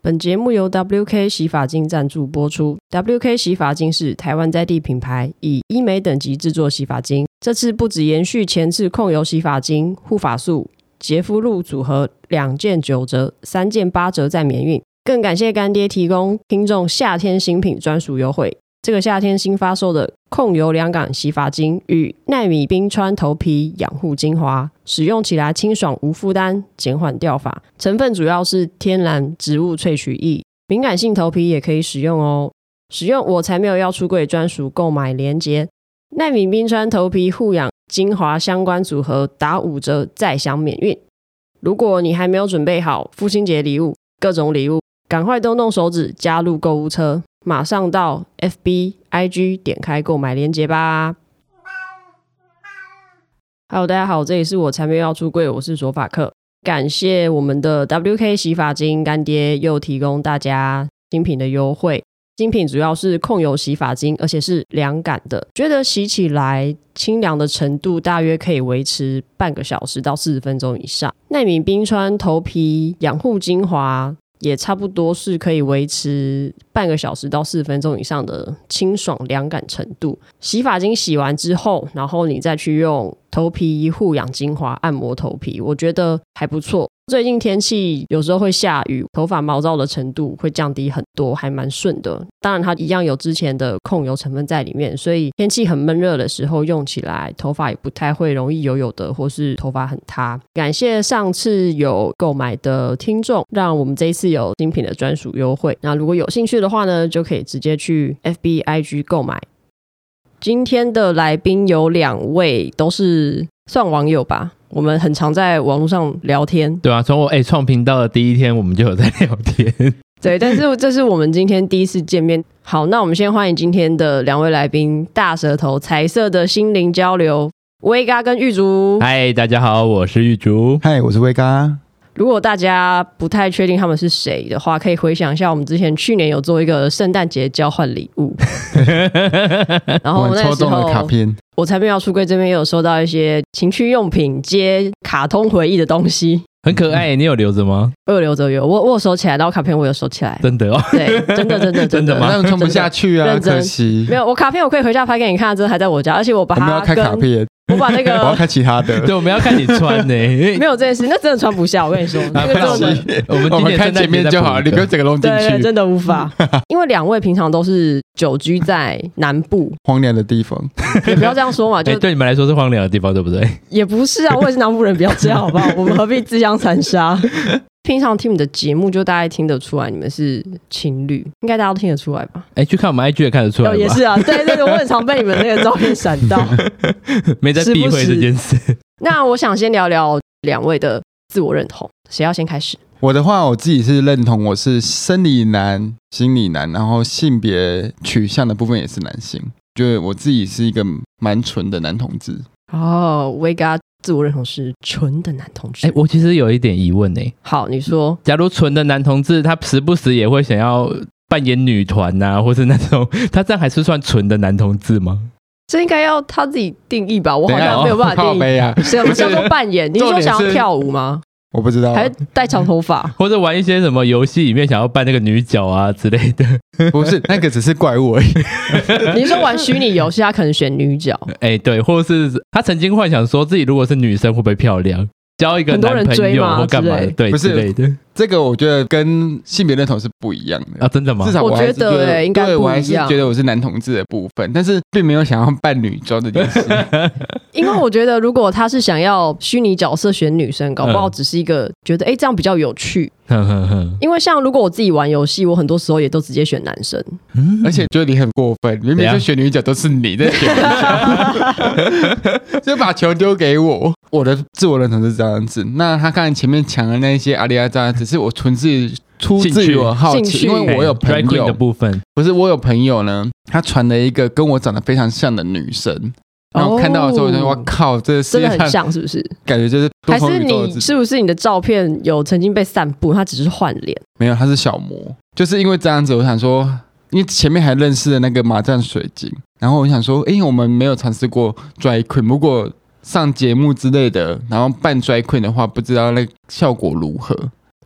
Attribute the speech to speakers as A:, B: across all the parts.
A: 本节目由 WK 洗发精赞助播出。WK 洗发精是台湾在地品牌，以医美等级制作洗发精。这次不只延续前次控油洗发精、护发素、洁肤露组合两件九折，三件八折再免运，更感谢干爹提供听众夏天新品专属优惠。这个夏天新发售的控油凉感洗发精与奈米冰川头皮养护精华，使用起来清爽无负担，减缓掉发。成分主要是天然植物萃取液，敏感性头皮也可以使用哦。使用我才没有要出柜专属购买链接。奈米冰川头皮护养精华相关组合打五折再享免运。如果你还没有准备好父亲节礼物，各种礼物，赶快动动手指加入购物车，马上到 FB、IG 点开购买链接吧。Hello，大家好，这里是我才没有要出柜，我是索法克。感谢我们的 WK 洗发精干爹又提供大家新品的优惠。精品主要是控油洗发精，而且是凉感的，觉得洗起来清凉的程度大约可以维持半个小时到四十分钟以上。奈米冰川头皮养护精华也差不多是可以维持半个小时到四十分钟以上的清爽凉感程度。洗发精洗完之后，然后你再去用头皮护养精华按摩头皮，我觉得还不错。最近天气有时候会下雨，头发毛躁的程度会降低很多，还蛮顺的。当然，它一样有之前的控油成分在里面，所以天气很闷热的时候用起来，头发也不太会容易油油的，或是头发很塌。感谢上次有购买的听众，让我们这一次有精品的专属优惠。那如果有兴趣的话呢，就可以直接去 FB、IG 购买。今天的来宾有两位，都是算网友吧。我们很常在网络上聊天，
B: 对啊，从我哎创、频道的第一天，我们就有在聊 天。
A: 对，但是这是我们今天第一次见面。好，那我们先欢迎今天的两位来宾：大舌头、彩色的心灵交流，威嘎跟玉竹。
B: 嗨，大家好，我是玉竹。
C: 嗨，我是威嘎。
A: 如果大家不太确定他们是谁的话，可以回想一下我们之前去年有做一个圣诞节交换礼物，然
C: 我
A: 后
C: 们
A: 那
C: 抽
A: 个时
C: 中了卡
A: 候
C: 片，
A: 哦 我才没有出柜，这边也有收到一些情趣用品接卡通回忆的东西。
B: 很可爱，你有留着吗？
A: 我有留着有，我我有收起来，然后卡片我有收起来。
B: 真的哦，
A: 对，真 的真的
B: 真的吗
C: 那冲不下去 啊，
A: 认真啊
C: 可惜
A: 没。有，我卡片我可以回家拍给你看，真的还在我家，而且我把
C: 我们
A: 它
C: 要开
A: 跟
C: 卡片，
A: 我把那
C: 我要
A: 个
C: 开其 他的。
B: 对，我们要看你穿 呢、因为
A: 没有这件事，那真的穿不下。我跟你说，那个
B: 啊不
A: 真的
B: 行，我们
C: 我
B: 今
C: 们
B: 年
C: 看
B: 圣诞
C: 前面
B: 节
C: 就好了，你不要整个弄进
A: 对对，
C: 去。
A: 真的无法。因为两位平常都是久居在南部，
C: 荒凉的地方，
A: 也不要这样说 嘛，
B: 哎、
A: 就
B: 对你们来说是荒凉的地方，对不对？
A: 也不是啊，我也是南部人，不要这样好不好？我们何必自相残杀？ 平常听你的节目，就大概听得出来你们是情侣，应该大家都听得出来吧？
B: 哎、去看我们 IG 也看得出来
A: 哦，
B: 吧？
A: 也是啊，对对对，我很常被你们那个照片闪到。
B: 没在避
A: 是
B: 讳
A: 不是
B: 这件事。
A: 那我想先聊聊两位的自我认同，谁要先开始？
C: 我的话，我自己是认同我是生理男、心理男，然后性别取向的部分也是男性，就是我自己是一个蛮纯的男同志。
A: 哦，威嘎自我认同是纯的男同志。
B: 哎、我其实有一点疑问呢、
A: 好，你说
B: 假如纯的男同志，他时不时也会想要扮演女团呐、或是那种，他这样还是算纯的男同志吗？
A: 这应该要他自己定义吧？我好
C: 等一下
A: 像没有 办法
C: 靠
A: 定义。
C: 背啊，
A: 什么叫做扮演？你是说
C: 重点
A: 想要
C: 是哦
A: 跳舞吗？
C: 我不知道，
A: 还是戴长头 发？
B: 或者玩一些什么游戏里面想要扮那个女角啊之类的？
C: 不是那个只是怪物而已。
A: 你是说玩虚拟游戏，他可能选女角，
C: 嗯
B: 哎、对，或是他曾经幻想说自己如果是女生会不会漂亮，交一个
A: 很多
B: 男
A: 人
B: 朋
A: 追
B: 友
A: 嘛
B: 或干嘛
A: 之类
B: 的，对，
C: 不是
B: 之类的
C: 这个我觉得跟性别认同是不一样的
B: 啊，。真的吗
C: 至？少我还是
A: 我觉得欸应该
C: 对
A: 不一样
C: 我还是觉得我是男同志的部分，但是并没有想要扮女装这件 事。
A: 因为我觉得如果他是想要虚拟角色选女生，搞不
C: 嗯
A: 好只是一个觉得哎、诶这样比较有趣。
B: 哼哼哼，
A: 因为像如果我自己玩游戏，我很多时候也都直接选男生。
B: 嗯
C: 而且觉得你很过分，明
B: 怎
C: 明
B: 样
C: 就选女角都是你在 选女角，就把球丢给我。我的自我认同是这样子。那他看前面抢的那些阿里阿扎，只是我纯粹出自于我好
A: 兴
C: 奇，
A: 趣
C: 因为我有朋
B: 哎 drag queen 的
C: 友，
B: 部分，
C: 不是我有朋友呢，他传了一个跟我长得非常像的女生，然后看到的时候我就说：“
A: 哦
C: 哇靠，这个世
A: 真的
C: 界
A: 很
C: 上
A: 像，是不是？
C: 感觉就是多
A: 还
C: 重
A: 是
C: 宇宙的
A: 你
C: 自己。”
A: 是不是你的照片有曾经被散布，他只是换脸？
C: 没有，他是小魔，就是因为这样子，我想说，因为前面还认识了那个麻将水晶，然后我想说，诶，我们没有尝试过 dry queen，如果上节目之类的，然后办 dry queen 的话，不知道那个效果如何。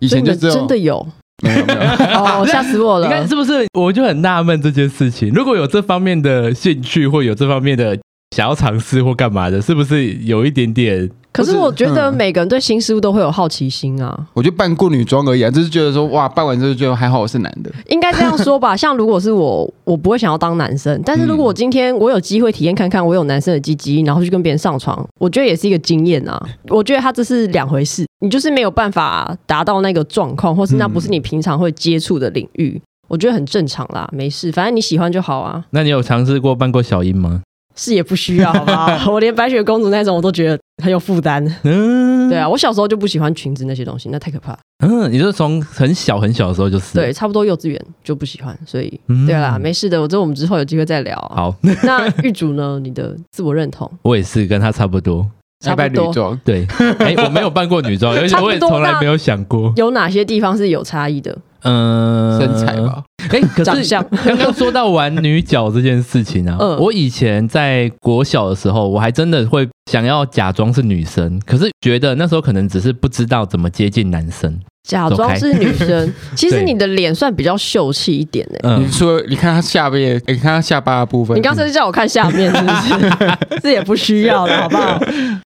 C: 以
A: 所以
C: 前
A: 你
C: 就
A: 们
C: 只有
A: 真的有
C: 没有没有，
A: 哦，吓死我
B: 你看
A: 了！
B: 是不是？我就很纳闷这件事情。如果有这方面的兴趣，或有这方面的想要尝试或干嘛的，是不是有一点点？
A: 可是
C: 不是
A: 我觉得
C: 嗯
A: 每个人对新事物都会有好奇心啊，
C: 我就扮过女装而已啊，就是觉得说哇，扮完之后就还好我是男的，
A: 应该这样说 吧。像如果是我，我不会想要当男生，但是如果
B: 嗯
A: 我今天我有机会体验看看我有男生的鸡鸡，然后去跟别人上床，我觉得也是一个经验啊。我觉得它这是两回事，你就是没有办法达到那个状况，或是
B: 嗯
A: 那不是你平常会接触的领域，我觉得很正常啦，没事，反正你喜欢就好啊。
B: 那你有尝试过扮过小樱吗？
A: 是也不需要，好吧？ 我连白雪公主那种我都觉得很有负担。
B: 嗯，
A: 对啊，我小时候就不喜欢裙子那些东西，那太可怕了。
B: 嗯，你是从很小很小的时候就是
A: 对，，差不多幼稚园就不喜欢，所以
B: 嗯
A: 对啦，没事的。我这我们之后有机会再聊啊。
B: 好，
A: 那玉竹呢？你的自我认同
B: 我也是跟他差不多。
A: 差
C: 要
A: 不
C: 扮女
A: 多
C: 装。
B: 对，哎、我没有扮过女装，而且
A: 差不多
B: 我也从来没有想过。
A: 有哪些地方是有差异的？
B: 嗯、
C: 身材。吧，
B: 哎、可
A: 长
B: 是
A: 相
B: 刚刚说到玩女角这件事情啊，
A: 嗯
B: 我以前在国小的时候，我还真的会想要假装是女生，可是觉得那时候可能只是不知道怎么接近男生。
A: 假
B: 走
A: 装
B: 开
A: 是女 生，其实
B: 对
A: 你的脸算比较秀气一点呢、欸
B: 嗯
C: 你，说你看他下边，你看他下巴的部分，
A: 你刚才是叫我看下面是不 是？这也不需要了，好不好？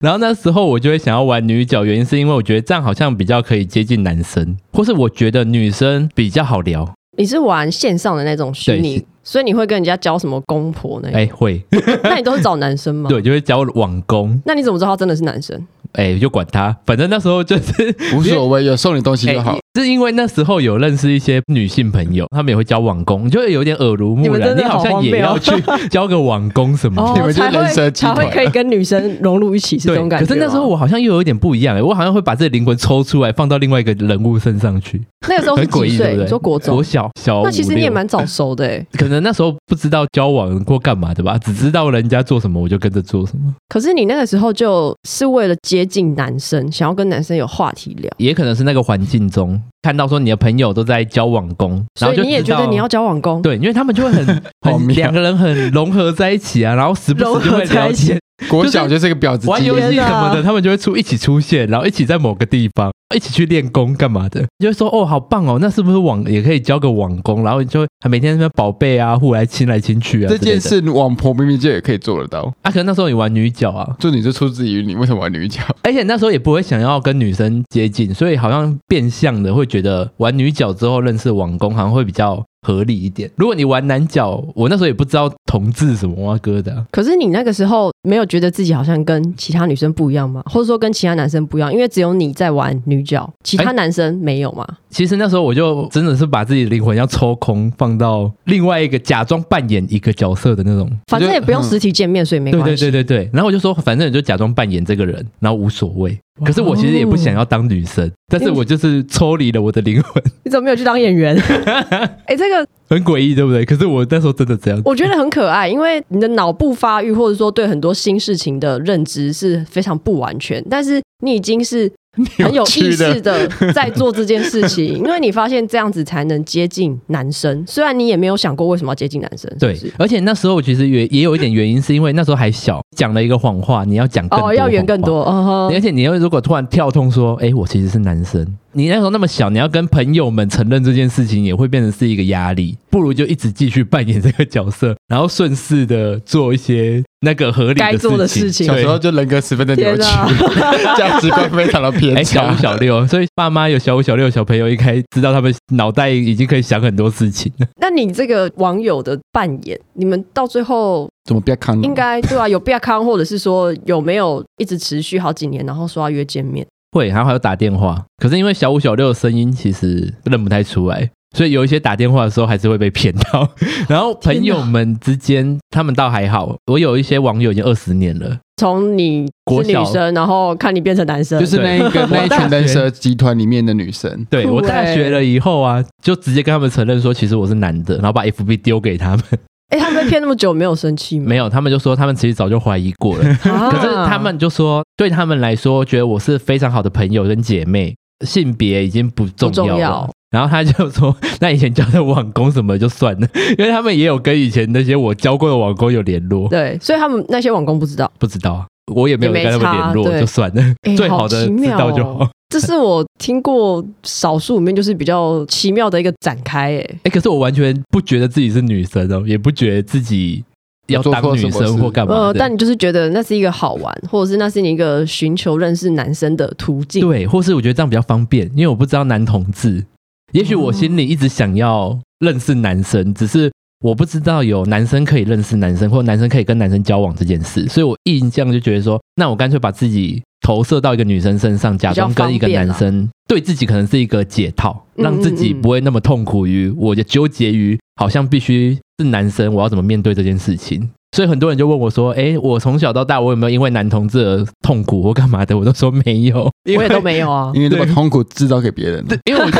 B: 然后那时候我就会想要玩女角，原因是因为我觉得这样好像比较可以接近男生，或是我觉得女生比较好聊。
A: 你是玩线上的那种虚拟
B: 对，
A: 所以你会跟人家交什么公婆那种？
B: 哎、会，
A: 那你都是找男生吗？
B: 对，就会教网工，
A: 那你怎么知道他真的是男生？
B: 哎、就管他，反正那时候就是
C: 无所谓，有送你东西就好
B: 欸。是因为那时候有认识一些女性朋友，她们也会交网工，就会有点耳濡
A: 你
B: 目
A: 们
B: 染。
A: 真
B: 你
A: 的
B: 好像也
A: 好
B: 要
A: 荒
B: 去交个网 工什么的。
C: 你们就是
A: 哦才
C: 人
A: 会
C: 蛇集
A: 才
C: 团
A: 会可以跟女生融入一起，是这
B: 啊对，
A: 种感
B: 可
A: 觉吗。
B: 是那时候我好像又有一点不一样、欸，我好像会把自己的灵魂抽出来，放到另外一个人物身上去，
A: 那个时候
B: 很
A: 是
B: 诡
A: 几
B: 异，对
A: 岁？
B: 不
A: 你
B: 对？
A: 说国中
B: 我，小小五，
A: 那其实你也
B: 六
A: 蛮早熟的欸。
B: 可能那时候不知道交往或干嘛的吧，只知道人家做什么我就跟着做什么，
A: 可是你那个时候就是为了接近男生，想要跟男生有话题聊，
B: 也可能是那个环境中看到说你的朋友都在交网工，
A: 所
B: 然后
A: 以
B: 就
A: 你也
B: 知
A: 觉
B: 道
A: 得你要交往工。
B: 对，因为他们就会 很
C: 好
B: 很
C: 妙
B: 两个人很融合在一起啊，然后时不时就
A: 融
B: 会
A: 合在
B: 聊
A: 一起
B: 天，
C: 国小就是个婊子
B: 玩
C: 基
B: 游
C: 因，
B: 戏
A: 天
B: 什么
A: 哪
B: 的，他们就会出一起出现，然后一起在某个地方一起去练功干嘛的，就会说哦好棒哦，那是不是网也可以交个网工，然后就会每天在那边宝贝啊，互来亲来亲去啊
C: 这
B: 之类
C: 件
B: 的
C: 事网婆明明就也可以做得到，
B: 啊，可能那时候你玩女角啊，
C: 就你就出自于你为什么玩女角？
B: 而且那时候也不会想要跟女生接近，所以好像变相的会觉得玩女角之后认识网工好像会比较合理一点。如果你玩男角，我那时候也不知道同志什么蛙哥的啊、
A: 可是你那个时候没有觉得自己好像跟其他女生不一样吗？或者说跟其他男生不一样？因为只有你在玩女角，其他
B: 哎
A: 男生没有嘛？
B: 其实那时候我就真的是把自己的灵魂要抽空，放到另外一个假装扮演一个角色的那种。
A: 反正也不用实体见面，所以没
B: 对对
A: 关系
B: 对。对对，然后我就说，反正你就假装扮演这个人，然后无所谓。可是我其实也不想要当女生，但是我就是抽离了我的灵魂，
A: 你怎么没有去当演员？哎、这个
B: 很诡异，对不对？可是我那时候真的这样，
A: 我觉得很可爱，因为你的脑部发育或者说对很多新事情的认知是非常不完全，但是你已经是很有意识的在做这件事情，因为你发现这样子才能接近男生。虽然你也没有想过为什么要接近男生，是不
B: 对
A: 是，
B: 而且那时候我其实也也有一点原因，是因为那时候还小，讲了一个谎话，你要讲更多
A: 哦，要圆更
B: 谎话
A: 多，哦
B: 而且你又如果突然跳痛说，哎、我其实是男生，你那时候那么小，你要跟朋友们承认这件事情，也会变成是一个压力。不如就一直继续扮演这个角色，然后顺势的做一些那个合理的
A: 该做的事情
C: 小时候
B: 对，
C: 就人格十分的扭曲
A: 天啊，
C: 价值观非常的
B: 哎、
C: 偏
B: 小
C: 差
B: 五。小六，所以爸妈有小五小六的小朋友，应该知道他们脑袋已经可以想很多事情了。
A: 那你这个网友的扮演，你们到最后
C: 怎么不要看
A: 应该对啊，有必要康，或者是说有没有一直持续好几年，然后说要约见面？
B: 会，然后还有打电话，可是因为小五小六的声音其实认不太出来，所以有一些打电话的时候还是会被骗到。 然后朋友们之间，他们倒还好，我有一些网友已经二十年了，
A: 从你
B: 国
A: 是
B: 小
A: 女生，然后看你变成男生，
C: 就是那 一个
B: 对
C: 那一群人蛇集团里面的女生，
B: 对
A: 酷
B: 我大
A: 欸
B: 学了以后啊，就直接跟他们承认说其实我是男的，然后把 FB 丢给他们，
A: 哎、他们被骗那么久没有生气吗？
B: 没有，他们就说他们其实早就怀疑过了，
A: 啊
B: 可是他们就说对他们来说，觉得我是非常好的朋友跟姐妹，性别已经不重
A: 不重
B: 要了。
A: 要
B: 然后他就说：“ 那以前交的网工什么就算了，因为他们也有跟以前那些我教过的网工有联络，
A: 对，所以他们那些网工不知道。
B: 不知道啊我也没有跟他们联
A: 也没
B: 络，
A: 差
B: 就算了，
A: 哎
B: 最好的
A: 好奇
B: 知
A: 妙哦
B: 道就好。
A: 这是我听过少数里面就是比较奇妙的一个展开，哎，
B: 哎、可是我完全不觉得自己是女生哦，也不觉得自己要
C: 做
B: 当
C: 错
B: 女
C: 什么
B: 生
C: 事
B: 或干嘛
A: 呃，
B: 的。
A: 但你就是觉得那是一个好玩，或者是那是你一个寻求认识男生的途径。，
B: 对，或是我觉得这样比较方便，因为我不知道男同志。也许我心里一直想要认识男生，只是我不知道有男生可以认识男生，或男生可以跟男生交往这件事，所以我印象就觉得说，那我干脆把自己投射到一个女生身上，假
A: 比较
B: 装跟一个
A: 方便
B: 男
A: 啦
B: 生，对自己可能是一个解套，
A: 嗯
B: 让自己
A: 嗯嗯
B: 不会那么痛苦于我的纠结于好像必须是男生，我要怎么面对这件事情。所以很多人就问我说：“哎、我从小到大，我有没有因为男同志而痛苦或干嘛的？”我都说没 有，因
A: 我
B: 为
A: 也都没有啊，
C: 因为都把痛苦制造给别人了。
B: 对， 因为我就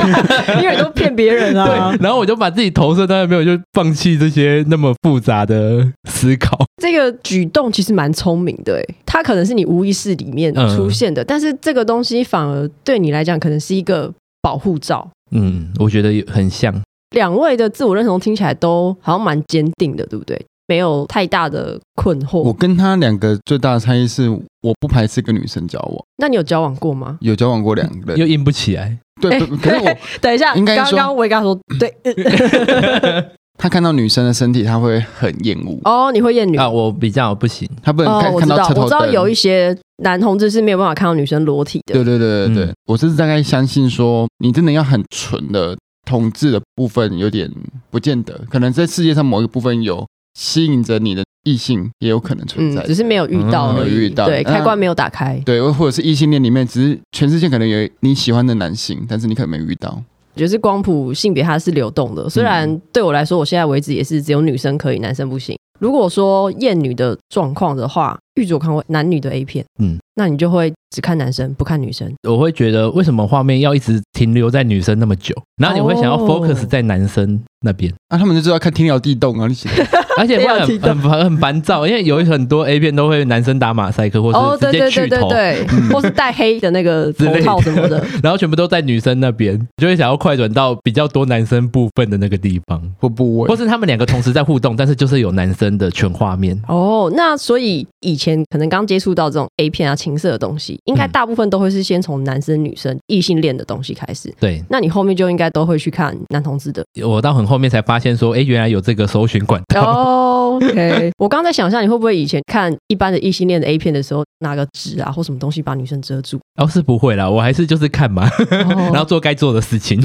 A: 因为你都骗别人啊。
B: 然后我就把自己投射到那边，我就放弃这些那么复杂的思考。
A: 这个举动其实蛮聪明的，哎，它可能是你无意识里面
B: 嗯
A: 出现的，但是这个东西反而对你来讲可能是一个保护罩。
B: 嗯，我觉得很像。
A: 两位的自我认同听起来都好像蛮坚定的，对不对？没有太大的困
C: 我
A: 惑。
C: 跟他两个最大的差异是，我不排斥跟女生交往，
A: 那你有交往过吗？
C: 有交往过两个
B: 又
C: 人。
B: 硬不起来，
C: 对，不可是 我
A: 等一下，
C: 应该
A: 刚
C: 说嗯
A: 刚维刚说对
C: 他看到女生的身体，他会很厌恶，
A: 哦，你会厌女
B: 啊，我比较不行。
C: 他不能看
A: 哦我知
C: 看到
A: 道
C: 车，头
A: 我知道
C: 灯
A: 有一些男同志是没有办法看到女生裸体的。
C: 对对对对对，
B: 嗯
C: 我是大概相信说，你真的要很纯的统治的部分有点不见得，可能在世界上某一个部分有吸引着你的异性也有可能存
A: 嗯
C: 在，，
A: 只是没有遇到
B: 嗯
A: 而已，
C: 没有遇到
A: 对，
C: 那
A: 开关没有打开。
C: 对，或或者是异性恋里面，只是全世界可能有你喜欢的男性，但是你可能没遇到。
A: 我觉得是光谱性别它是流动的，虽
C: 嗯
A: 然对我来说，我现在为止也是只有女生可以，男生不行。如果说厌女的状况的话，玉主看过男女的 A 片，嗯
B: 嗯，
A: 那你就会只看男生不看女生，
B: 我会觉得为什么画面要一直停留在女生那么久，然后你会想要
A: 哦
B: focus 在男生那边，
C: 啊，他们就知道看天摇地动啊，你写的
B: 而且会
A: 要提
B: 很
A: 到
B: 很烦很烦躁，因为有很多 A 片都会男生打马赛克，或
A: 哦，
B: 是
A: 对
B: 直接
A: 对
B: 去
A: 对
B: 头
A: 对，对，或是戴黑的那个头
B: 之类的
A: 套什么的，
B: 然后全部都在女生那边，你就会想要快转到比较多男生部分的那个地方。
C: 会不
B: 或
C: 会？
B: 是他们两个同时在互动，但是就是有男生的全画面。
A: 哦，那所以以前可能刚接触到这种 A 片啊、情色的东西，应该
B: 嗯
A: 大部分都会是先从男生、女生、异性恋的东西开始。
B: 对
A: 那你后面就应该都会去看男同志的。
B: 我到很后面才发现说，哎、原来有这个搜寻管道。
A: 哦 OK，我刚在想象你会不会以前看一般的异性恋的 A 片的时候，拿个纸啊或什么东西把女生遮住。
B: 哦，是不会啦，我还是就是看嘛， 然后
A: 哦、
B: 做该做的事情。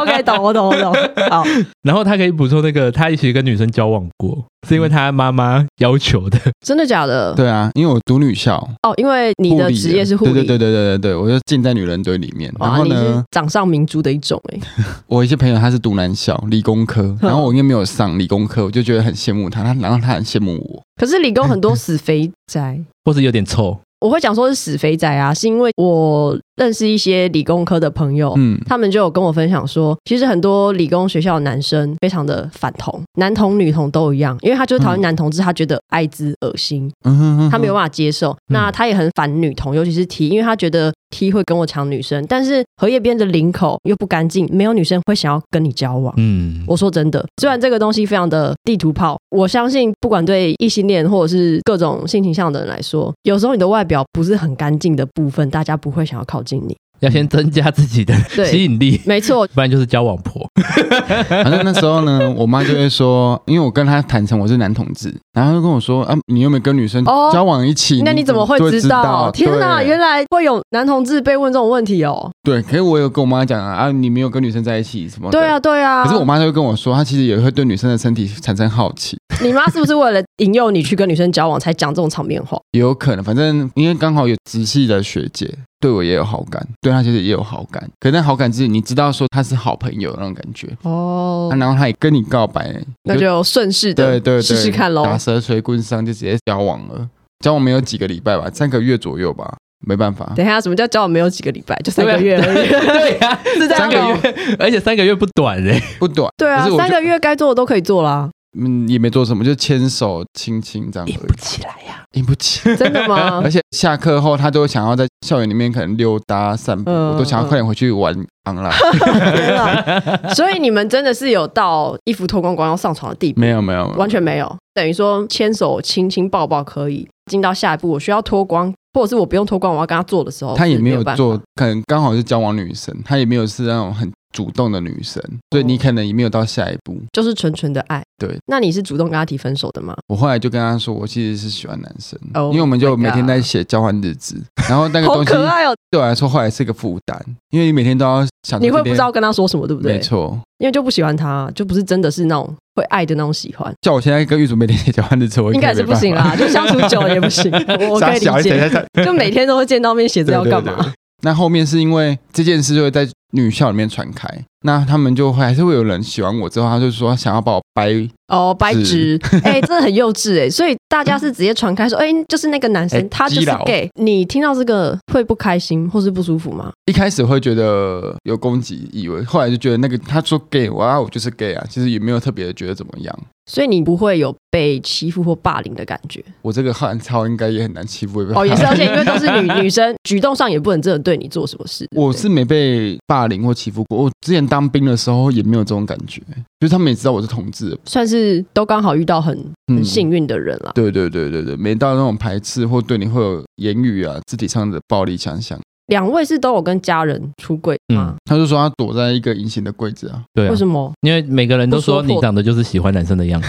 A: OK，懂我懂我懂。好，
B: 然后他可以补充那个，他一起跟女生交往过，是因为他妈妈要求的。
A: 真的假的？
C: 对啊，因为我读女校，
A: 哦，因为你
C: 护
A: 的
C: 理啊
A: 职业是护理，
C: 对对对对对对对，我就浸在女人堆里面。然
A: 哇，
C: 后
A: 你
C: 呢
A: 是，掌上明珠的一种哎、
C: 我一些朋友他是读男校理工
A: 嗯
C: 科，然后我因为没有上理工科，我就觉得很羡慕他，他然后他很羡慕我。
A: 可是理工很多死肥宅。
B: 或是有点臭，
A: 我会讲说是死肥宅啊，是因为我认识一些理工科的朋友，
C: 嗯，
A: 他们就有跟我分享说，其实很多理工学校的男生非常的反同，男同女同都一样，因为他就是讨厌男同志，他觉得艾滋恶心，
C: 嗯哼哼嗯
A: 他没有
C: 哼
A: 办法接受。那他也很反女同，尤其是 T，因为他觉得 T 会跟我抢女生，但是荷叶边的领口又不干净，没有女生会想要跟你交往。
B: 嗯，
A: 我说真的，虽然这个东西非常的地图炮，我相信不管对异性恋或者是各种性倾向的人来说，有时候你的外表不是很干净的部分，大家不会想要靠近你。
B: 要先增加自己的
A: 对
B: 吸引力，
A: 没错，
B: 不然就是交往婆。
C: 反正那时候呢，我妈就会说，因为我跟她坦诚我是男同志，然后她就跟我说啊，你又没跟女生
A: 哦
C: 交往一起，
A: 那你怎么会
C: 就知
A: 知道？天
C: 哪，
A: 哪，
C: 对
A: 原来会有男同志被问这种问题哦！
C: 对，可是我有跟我妈讲啊，啊，你没有跟女生在一起什么的
A: 对啊，。对啊。
C: 哦可是我妈就会跟我说，她其实也会对女生的身体产生好奇，
A: 你妈是不是为了引诱你去跟女生交往才讲这种场面话？
C: 也有可能，反正因为刚好有直系的学姐对我也有好感，对她其实也有好感，可是那好感就是你知道说她是好朋友那种感觉，
A: 哦
C: 啊，然后她也跟你告白，
A: 那就顺势的
C: 对对对，
A: 试试看喽。
C: 打蛇随棍上就直接交往了，交往没有几个礼拜吧，三个月左右吧，没办法。
A: 等一下，什么叫交往没有几个礼拜？就三
B: 对啊
A: 个月而已，
B: 对呀、
A: 是这样
B: 三个
A: 吗？
B: 月，而且三个月不短嘞、欸
C: 不短，
A: 对啊
C: 可是，我
A: 三
C: 就
A: 个月该做的都可以做啦。
C: 嗯，也没做什么，就牵手亲亲这 样而已，
B: 起来呀、
C: 硬不起。
A: 真的吗
C: 而？且下课后，他都想要在校园里面可能溜达散步，
A: 嗯
C: 我都想要快点回去玩昂 啦。
A: 天啊所以你们真的是有到衣服脱光光要上床的地步？
C: 没有没有，没有
A: 完全没有，等于说牵手、亲亲、抱抱可以，进到下一步，我需要脱光，或者是我不用脱光，我要跟他做的时候，
C: 他也
A: 哦是
C: 没
A: 没
C: 有
A: 办法
C: 做，可能刚好是交往女生，他也没有是那种很主动的女生，所
A: 哦
C: 以你可能也没有到下一步。
A: 就是纯纯的爱。
C: 对，
A: 那你是主动跟他提分手的吗？
C: 我后来就跟他说，我其实是喜欢男生
A: Oh
C: 嗯因为我们
A: my
C: 就
A: God
C: 每天在写交换日志，然后那个
A: 好
C: 东西
A: 可爱哦！
C: 对我来说后来是个负担，因为你每天都要想着
A: 你会
C: 这
A: 不
C: 边
A: 知道跟他说什么，对不对
C: 没？错，
A: 因为就不喜欢他，就不是真的是那种会爱的那种喜欢，
C: 叫我现在跟玉竹每天写交换日志，我
A: 应该是不行
C: 了。
A: 啦，就相处久了也不行。我我可
C: 傻
A: 以
C: 小
A: 理
C: 一 点，
A: 解，
C: 他
A: 就每天都会见到面，写字要干嘛？
C: 对对对那后面是因为这件事就会在女校里面传开，那他们就会还是会有人喜欢我，之后他就说想要把我掰，
A: 哦，白直
C: 是，
A: 哎、真的很幼稚哎、所以大家是直接传开说，哎、就是那个男生，
C: 哎
A: 他就
C: 基
A: 是
C: 佬
A: gay。你听到这个会不开心或是不舒服吗？
C: 一开始会觉得有攻击意味，后来就觉得那个他说 gay，我啊我就是 gay 啊，其实也没有特别觉得怎么样。
A: 所以你不会有被欺负或霸凌的感觉
C: 我这个汉超应该也很难欺负，
A: 哦，也是， 而且因为都是 女女生，举动上也不能真的对你做什么事。对不
C: 我
A: 对
C: 是没被霸凌或欺负过，我之前当兵的时候也没有这种感觉，就是他们也知道我是同志，
A: 算是都刚好遇到很很
C: 嗯
A: 幸运的人啦。
C: 对对对对对，没到那种排斥或对你会有言语啊、肢体上的暴力相向。
A: 两位是都有跟家人出柜吗？
C: 他就说他躲在一个隐形的柜子啊，
B: 嗯对啊
A: 为，什么？
B: 因为每个人都说
A: 不说
B: 你
A: 破
B: 长得就是喜欢男生的样 子，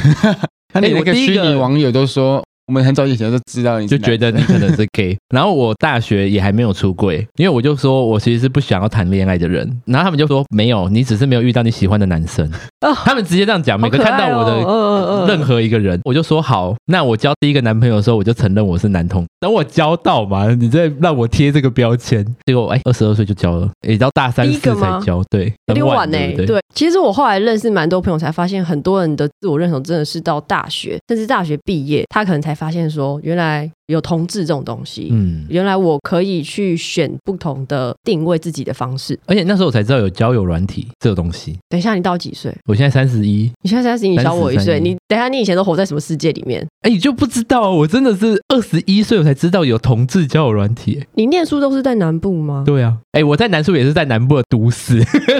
C: 他连
B: 哎
C: 那
B: 我
C: 个
B: 第一
C: 虚
B: 个
C: 拟网友都说，我们很早以前就知道你是
B: 就觉得
C: 男
B: 你
C: 生
B: 可能是 gay。然后我大学也还没有出柜，因为我就说我其实是不想要谈恋爱的人，然后他们就说没有，你只是没有遇到你喜欢的男生。
A: 哦
B: 他们直接这样讲，每个看到我的
A: 嗯的
B: 任何一个人，我就说好，那我交第一个男朋友的时候，我就承认我是男同。等我交到嘛，你再让我贴这个标签。结果哎，二十二岁就交了，也到大三
A: 第一
B: 四
A: 个
B: 才
A: 吗
B: 交，对，
A: 有点
B: 很
A: 晚呢、欸
B: 对不欸对
A: 对，其实我后来认识蛮多朋友，才发现很多人的自我认同真的是到大学，甚至大学毕业，他可能才发现说，原来有同志这种东西。
B: 嗯。
A: 原来我可以去选不同的定位自己的方式。
B: 而且那时候我才知道有交友软体这个东西。
A: 等一下，你到几岁？
B: 我现在三十一，
A: 你现在三十，你小我一岁。
B: 33
A: 你等一下，你以前都活在什么世界里面？
B: 哎，你就不知道，我真的是二十一岁我才知道有同志交友软体。哎
A: 你念书都是在南部吗？
B: 对啊，哎，我在南部也是在南部的都市，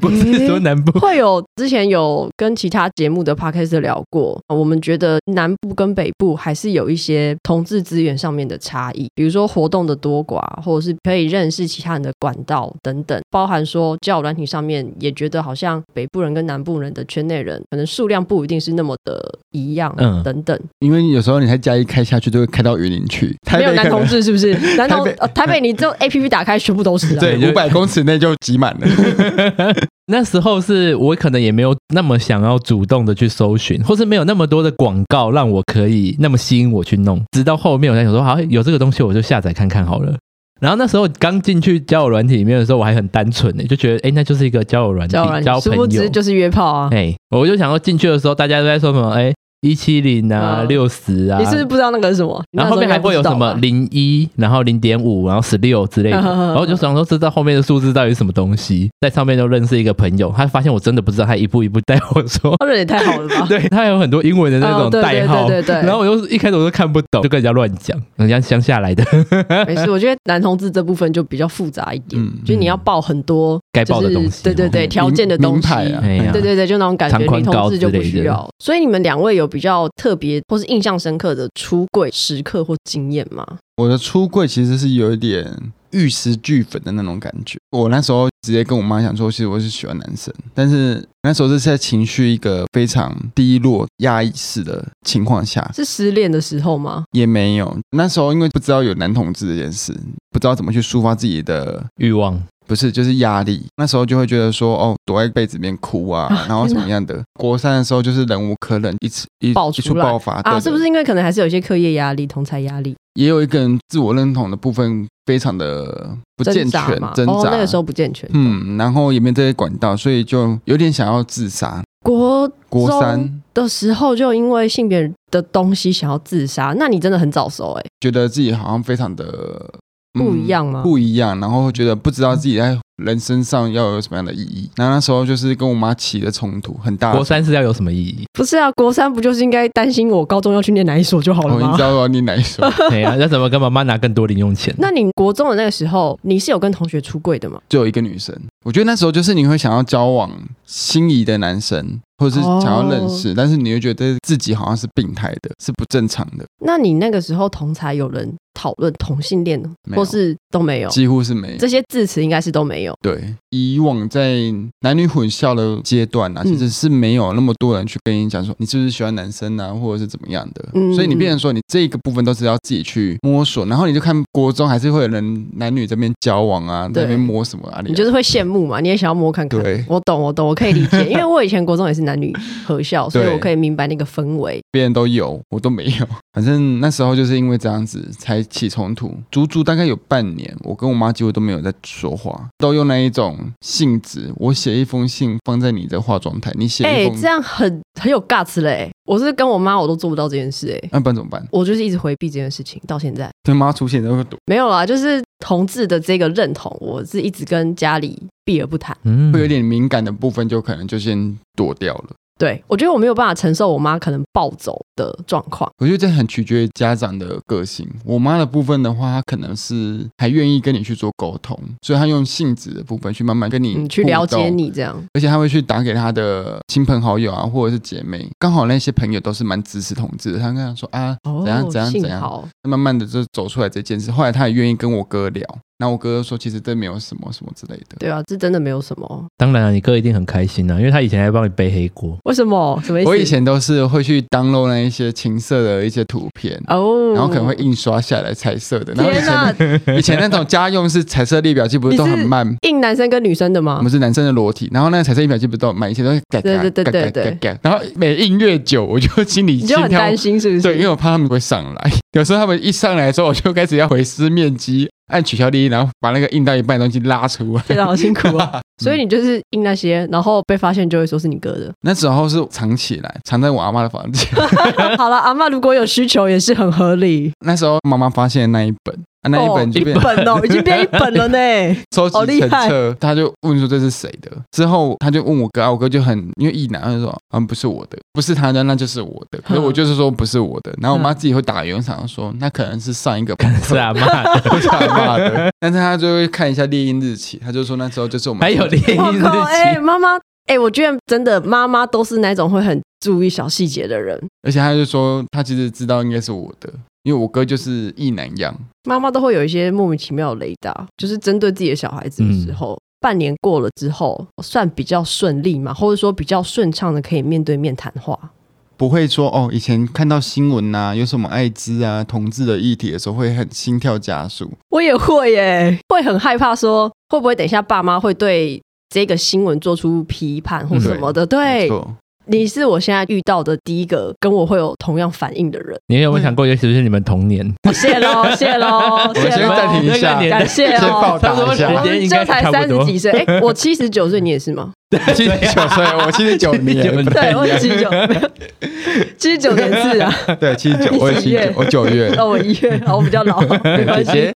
B: 不是说南部。
A: 会有之前有跟其他节目的 podcast 聊过，我们觉得南部跟北部还是有一些同志资源上面的差异，比如说活动的多寡，或者是可以认识其他人的管道等等，包含说交友软体上面也觉得好像北部人跟南部人的圈内人可能数量不一定是那么的一样，
B: 嗯
A: 等等，
C: 因为有时候你在嘉义开下去，就会开到云林去，台
A: 没有
C: 北
A: 男
C: 可
A: 同
C: 能
A: 志是不是？南同
C: 台北
A: 呃台北你只有 A P P 打开全部都是啊，
C: 对
B: 就
C: 五 百公尺内就挤满了。
B: 那时候是我可能也没有那么想要主动的去搜寻，或是没有那么多的广告让我可以那么吸引我去弄。直到后面我才想说，好有这个东西我就下载看看好了。然后那时候刚进去交友软体里面的时候，我还很单纯呢、就觉得哎，那就是一个交友软体
A: 交友软，
B: 交
A: 体，殊
B: 朋
A: 不知
B: 友。
A: 就是约炮啊。
B: 哎，我就想说进去的时候，大家都在说什么哎一七零啊
A: 嗯
B: 六十啊
A: 你，是不是不知道那个是什么？
B: 然后后面还会有什么
A: 你那时候应该不知道吧
B: 零一，然后零点五，然后十六之类 的，
A: 嗯嗯嗯
B: 然后我就想说知道后面的数字到底是什么东西，在上面就认识一个朋友，他发现我真的不知道，他一步一步带我 说，
A: 他人也太好了吧？
B: 对他有很多英文的那
A: 哦
B: 种
A: 对对
B: 代号，
A: 对对对
B: 然后我就一开始我都看不懂，就跟人家 乱讲，人家乡下来的
A: 没事，我觉得男同志这部分就比较复杂一点，
C: 嗯
A: 就是你要报很多
B: 该报的
A: 就是
B: 东西，
A: 对对对，条件的东
C: 名
A: 西。
C: 牌啊，
B: 哎呀
A: 对对对，就那种感觉，
B: 长宽
A: 女同
B: 高
A: 志就不
B: 之类的
A: 需要。所以你们两位有比较特别或是印象深刻的出柜时刻或经验吗？
C: 我的出柜其实是有一点玉石俱焚的那种感觉。我那时候直接跟我妈讲说，其实我是喜欢男生，但是那时候是在情绪一个非常低落、压抑式的情况下，
A: 是失恋的时候吗？
C: 也没有。那时候因为不知道有男同志这件事，不知道怎么去抒发自己的。
B: 欲望，
C: 不是，就是压力。那时候就会觉得说，哦，躲在被子里面哭啊，
A: 啊
C: 然后什么样的。国三的时候就是忍无可忍，一次一
A: 爆
C: 一
A: 出
C: 触
A: 来
C: 爆发
A: 啊，
C: 对
A: 是不是因为可能还是有一些课业压力、同才压力、
C: 也有一个人自我认同的部分非常的不健
A: 挣扎
C: 全
A: 嘛？
C: 挣
A: 哦，
C: 扎。
A: 那个时候不健全。
C: 嗯，然后也没有这些管道，所以就有点想要自杀。
A: 国
C: 国
A: 中
C: 三
A: 的时候就因为性别的东西想要自杀，那你真的很早熟哎、
C: 觉得自己好像非常的、嗯
A: 不一样吗啊
C: 不一样，然后觉得不知道自己在人身上要有什么样的意义。那那时候就是跟我妈起了冲突，很大的
B: 国三是要有什么意 义？
A: 不是啊，国三不就是应该担心我高中要去念哪一所就好了
C: 哦，你
A: 吗
C: 知？道我要念哪一首？
B: 对啊，要怎么跟妈妈拿更多零用钱？
A: 那你国中的那个时候，你是有跟同学出柜的吗？
C: 就有一个女生，我觉得那时候就是你会想要交往心仪的男生，或者是
A: 哦
C: 想要认识，但是你又觉得自己好像是病态的，是不正常的，
A: 那你那个时候同才有人讨论同性恋呢，
C: 没有
A: 或是都没有？
C: 几乎是没有。
A: 这些字词应该是都没有。
C: 对，以往在男女混校的阶段啊，
A: 嗯
C: 其实是没有那么多人去跟你讲说你是不是喜欢男生啊，或者是怎么样的。
A: 嗯
C: 所以你变成说你这个部分都是要自己去摸索，然后你就看国中还是会有人男女这边交往啊，
A: 对
C: 在那边摸什么啊，
A: 你就是会羡慕嘛，你也想要摸看看
C: 对。
A: 我懂，我懂，我可以理 解，因为我以前国中也是男女合校，所以
C: 对
A: 我可以明白那个氛围。
C: 别人都有，我都没有。 反正那时候就是因为这样子才起冲突，足足大概有半年，我跟我妈几乎都没有在说话，都用那一种信纸，我写一封信放在你的化妆台，你写
A: 哎、
C: 一封，
A: 这样很很有 guts 嘞、我是跟我妈我都做不到这件事哎、
C: 那、不然怎么办？
A: 我就是一直回避这件事情，到现在
C: 对妈出现都会躲，
A: 没有啦。就是同志的这个认同，我是一直跟家里避而不谈。
B: 嗯
C: 会有点敏感的部分就可能就先躲掉了。
A: 对我觉得我没有办法承受我妈可能暴走的状况。
C: 我觉得这很取决于家长的个性。我妈的部分的话，她可能是还愿意跟你去做沟通，所以她用性质的部分去慢慢跟你
A: 嗯，去了
C: 互
A: 解
C: 动
A: 你这样，
C: 而且他会去打给他的亲朋好友啊，或者是姐妹。刚好那些朋友都是蛮支持同志的，他跟他说啊，
A: 哦
C: 怎样怎样
A: 幸
C: 怎样
A: 好
C: 慢慢的就走出来这件事。后来他也愿意跟我哥聊，那我哥说其实这没有什么什么之类的。
A: 对啊，这真的没有什么。
B: 当然了，啊你哥一定很开心啊，因为他以前还帮你背黑锅。
A: 为什么？什么意思？
C: 我以前都是会去 download 那一些情色的一些图片。
A: 哦，
C: 然后可能会印刷下来彩色的，然后以
A: 天哪
C: 前，以前那种家用是彩色列表机，不是都很慢？
A: 硬男生跟女生的
C: 我
A: 吗？
C: 们是男生的裸体，然后那个彩色列表机不是都很慢？以前都会改改
A: 哦对对对
C: 改改
A: 对
C: 改改，然后每印越久，我就心里
A: 你
C: 心
A: 就很
C: 跳
A: 担心是不是？
C: 对，因为我怕他们会上来。 有时候他们一上来之后，我就开始要回撕面积，按取消第一，然后把那个印到一半的东西拉出来。
A: 非常好辛苦 啊。
C: 嗯
A: 所以你就是印那些，然后被发现就会说是你哥的。
C: 那时候是藏起来，藏在我阿妈的房间。
A: 好了，阿妈如果有需求也是很合理。
C: 那时候妈妈发现的那一本，啊、那一本就
A: 一
C: 变
A: 本 哦，已经变一本了呢。
C: 收
A: 好
C: 集
A: 厉
C: 成
A: 害
C: 册，他就问说这是谁的。之后他就问我哥，啊、我哥就很因为一男，他就说嗯不是我的，不是他的，那就是我的。可是我
A: 嗯
C: 就是说不是我的。然后我妈自己会打圆场说，那可能是上一个朋友
B: 是啊，妈的，
C: 不是他妈的。但是他就会看一下猎鹰日期，他就说那时候就是我们
B: 还有联
A: 我
B: 姻
A: 靠，哎、
B: 日期，
A: 妈妈，哎、我觉得真的妈妈都是那种会很注意小细节的人，
C: 而且他就说他其实知道应该是我的，因为我哥就是一男样，
A: 妈妈都会有一些莫名其妙的雷达，就是针对自己的小孩子的时
C: 嗯
A: 候。半年过了之后，算比较顺利嘛，或者说比较顺畅的可以面对面谈话。
C: 不会说哦，以前看到新闻呐、有什么艾滋啊、同志的议题的时候，会很心跳加速。
A: 我也会耶，会很害怕说会不会等一下爸妈会对这个新闻做出批判或什么的。
C: 没
A: 对，
C: 错，
A: 你是我现在遇到的第一个跟我会有同样反应的 人。
B: 你有没有想过，也许是你们童年？
A: 哦、谢喽，谢喽，
C: 我们
A: 谢
C: 先
A: 喽，
C: 暂停一下
B: 那个，年
A: 感谢
C: 先
A: 哦
C: 报。
B: 差不
C: 答
B: 多
C: 一下
B: 时
A: 我
B: 间
A: 们
B: 应
A: 这
B: 该
A: 才
B: 差
A: 三
B: 不
A: 十
B: 多。
A: 几岁，哎、我七十九岁，你也是吗？
C: 七十九岁，我七十九年，
A: 对，我七十九， 七十九年次啊，
C: 对，七十九，
A: 你
C: 我也
A: 几
C: 七
A: 月
C: 九，我九月。
A: 那我一月，哦，我比较 老，没关
C: 姐
A: 系
C: 姐。，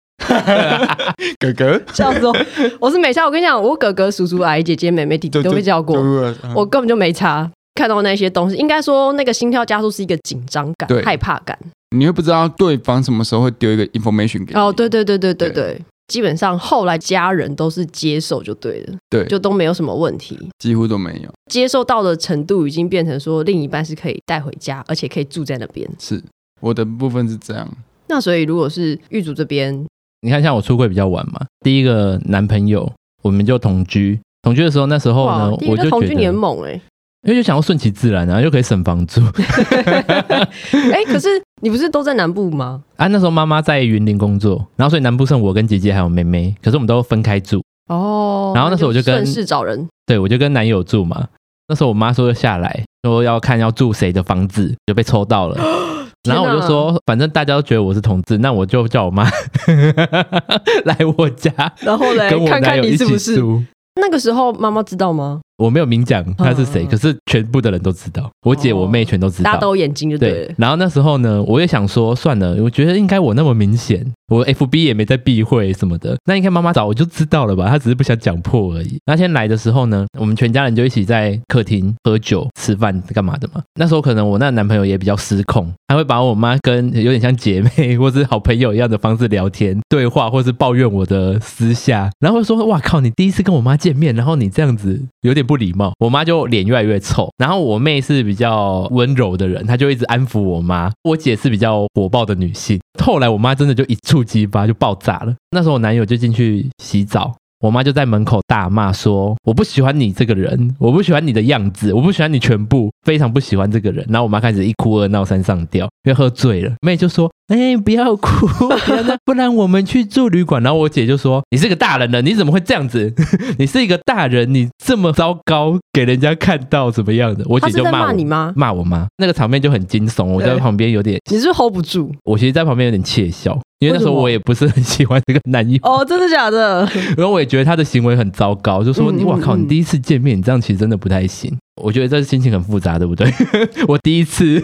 C: 哥哥，
A: 笑死我！我是美少，我跟你讲，我哥哥、叔叔、阿姨、姐姐、妹妹、弟弟
C: 就
A: 都被叫过
C: 就，就嗯
A: 我根本就没差。看到那些东西，应该说那个心跳加速是一个紧张感、
C: 对
A: 害怕感。
C: 你会不知道对方什么时候会丢一个 information 给你。
A: 哦，对对对对对
C: 对
A: 对，基本上后来家人都是接受就对了，
C: 对，
A: 就都没有什么问题。
C: 几乎都没有。
A: 接受到的程度已经变成说，另一半是可以带回家，而且可以住在那边。
C: 是我的部分是这样，
A: 那所以如果是狱主这边，
B: 你看，像我出柜比较晚嘛，第一个男朋友我们就同居，同居的时候哦那时候呢，
A: 哇，第一
B: 我
A: 个
B: 就
A: 同
B: 觉
A: 居
B: 得，
A: 你很猛哎、
B: 因为就想要顺其自然啊，又可以省房租
A: 欸、 哎、可是你不是都在南部吗？
B: 啊。那时候妈妈在云林工作，然后所以南部剩我跟姐姐还有妹妹，可是我们都分开住。
A: 哦，
B: 然后那时候我就跟
A: 顺势找人，
B: 对，我就跟男友住嘛。那时候我妈说下来，说要看要住谁的房子，就被抽到了。然后我就说，反正大家都觉得我是同志，那我就叫我妈 来我家
A: 然后嘞
B: 跟，我
A: 看
B: 男
A: 哎看
B: 友
A: 你
B: 一
A: 是不
B: 起
A: 是
B: 住。
A: 那个时候妈妈知道吗？
B: 我没有明讲他是谁，
A: 嗯嗯
B: 可是全部的人都知道，我姐、
A: 哦
B: 我妹全都知
A: 大
B: 道
A: 家。都有眼睛就对
B: 对
A: 了，。
B: 然后那时候呢，我也想说，算了，我觉得应该我那么明显，我 FB 也没在避讳什么的，那应该妈妈早就知道了吧？她只是不想讲破而已。那天来的时候呢，我们全家人就一起在客厅喝酒、吃饭干嘛的嘛。那时候可能我那男朋友也比较失控，他会把我妈跟有点像姐妹 或是好朋友一样的方式聊天、对话，或是抱怨我的私下，然后会说：“哇靠，你第一次跟我妈见面，然后你这样子有点不礼貌。”我妈就脸越来越臭，然后我妹是比较温柔的人，她就一直安抚我妈。我姐是比较火爆的女性，后来我妈真的就一触即发，就爆炸了。那时候我男友就进去洗澡。我妈就在门口大骂说：“我不喜欢你这个人，我不喜欢你的样子，我不喜欢你全部，非常不喜欢这个人。”然后我妈开始一哭二闹三上吊，因为喝醉了。妹就说：“哎、不要哭，不要那不然我们去住旅馆。”然后我姐就说：“你是个大人了，你怎么会这样子？ 你是一个大人，你这么糟糕，给人家看到怎么样的？”我
A: 他
B: 姐
A: 是
B: 就
A: 在
B: 骂
A: 骂
B: 我
A: 你吗？
B: 骂我妈，那个场面就很惊悚。我在
A: 对
B: 旁边有点，
A: 你是不是 hold 不住
B: 我其实在旁边有点窃笑，因为那时候
A: 为什么
B: 我也不是很喜欢这个男友。
A: 哦，真的假的？
B: 然后我也觉得他的行为很糟糕，就说
A: 嗯
B: 你哇
A: 嗯
B: 靠，你
A: 嗯
B: 第一次见面，你这样其实真的不太行。我觉得这心情很复杂，对不对？ 我第一次，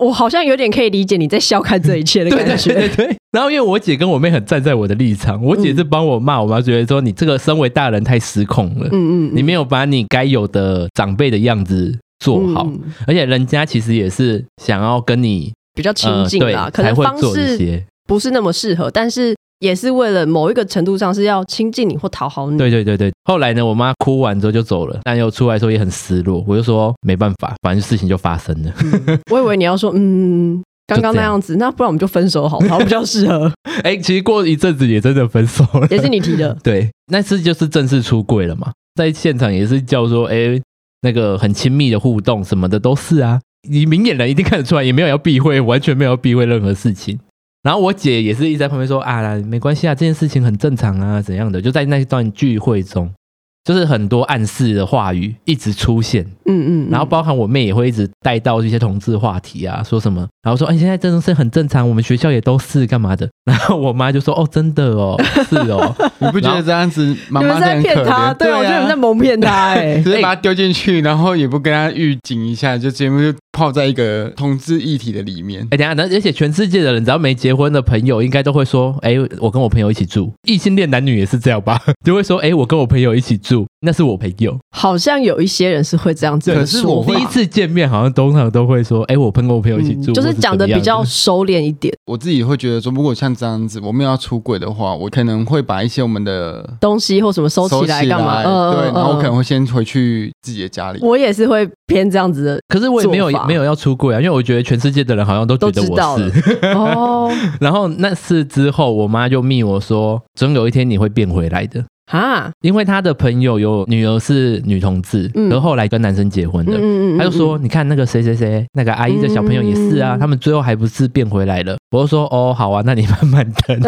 A: 我好像有点可以理解你在笑看这一切的
B: 对
A: 感
B: 对
A: 觉。
B: 对对对。然后因为我姐跟我妹很站在我的立场，我
A: 嗯
B: 姐是帮我骂我妈，觉得说你这个身为大人太失控了，
A: 嗯嗯，
B: 你没有把你该有的长辈的样子做好，
A: 嗯嗯
B: 而且人家其实也是想要跟你
A: 比较亲近
B: 呃、
A: 啦，
B: 对
A: 可
B: 才
A: 能
B: 会
A: 方
B: 做这
A: 式
B: 些。
A: 不是那么适合，但是也是为了某一个程度上是要亲近你或讨好你。
B: 对对对对，后来呢，我妈哭完之后就走了，但又出来的时候也很失落，我就说没办法，反正事情就发生了。
A: 我以为你要说，嗯，刚刚那样子，那不然我们就分手好了，好比较适合。
B: 哎、其实过一阵子也真的分手了，
A: 也是你提的，
B: 对，那次就是正式出柜了嘛，在现场也是叫说，哎、那个很亲密的互动什么的都是啊，你明眼人一定看得出来，也没有要避讳，完全没有要避讳任何事情。然后我姐也是一直在旁边说啊，没关系啊，这件事情很正常啊，怎样的，就在那段聚会中，就是很多暗示的话语一直出现，
A: 嗯嗯，嗯
B: 然后包含我妹也会一直带到一些同志话题啊，说什么，然后说，哎，现在这种事很正常，我们学校也都是干嘛的。 然后我妈就说，哦，真的哦，是哦，
C: 你不觉得这样子妈
A: 你们
C: 妈
A: 是
C: 是
A: 在
C: 很
A: 骗
C: 可
A: 他，
C: 怜？
A: 对我觉得你们在
C: 啊，
A: 蒙骗他， 哎，
C: 直接把他丢进去，然后也不跟他预警一下，就节目就泡在一个同志议题的里面。
B: 哎，等一下，那而且全世界的人，只要没结婚的朋友，应该都会说，哎，我跟我朋友一起住。异性恋男女也是这样吧， 就会说，哎，我跟我朋友一起住，那是我朋友。
A: 好像有一些人是会这样子
C: 可
A: 的
C: 是
A: 说
C: 我
A: 法，
B: 第
C: 会
B: 一次见面，好像通常都会说，哎，我跟我朋友一起住，
A: 嗯就是
B: 或怎
A: 讲的
B: 么样
A: 比较收敛一点，
C: 我自己会觉得说，如果像这样子，我们要出轨的话，我可能会把一些我们的
A: 东西或什么收
C: 收
A: 起来干嘛？嗯
C: 对，
A: 嗯
C: 然后我可能
A: 嗯
C: 会先回去自己的家里。
A: 我也是会偏这样子
B: 可是我也没有
A: 做法
B: 没有要出柜啊，因为我觉得全世界的人好像都觉得
A: 都知道
B: 我是
A: 了。的哦，
B: 然后那次之后，我妈就密我说，总有一天你会变回来的。
A: 哈，
B: 因为她的朋友有女儿是女同志，
A: 嗯
B: 然后后来跟男生结婚的，
A: 嗯
B: 她就说：“你看那个谁谁谁，那个阿姨的小朋友也是啊，
A: 嗯
B: 他们最后还不是变回来了。”我就说：“哦，好啊，那你慢慢 等。”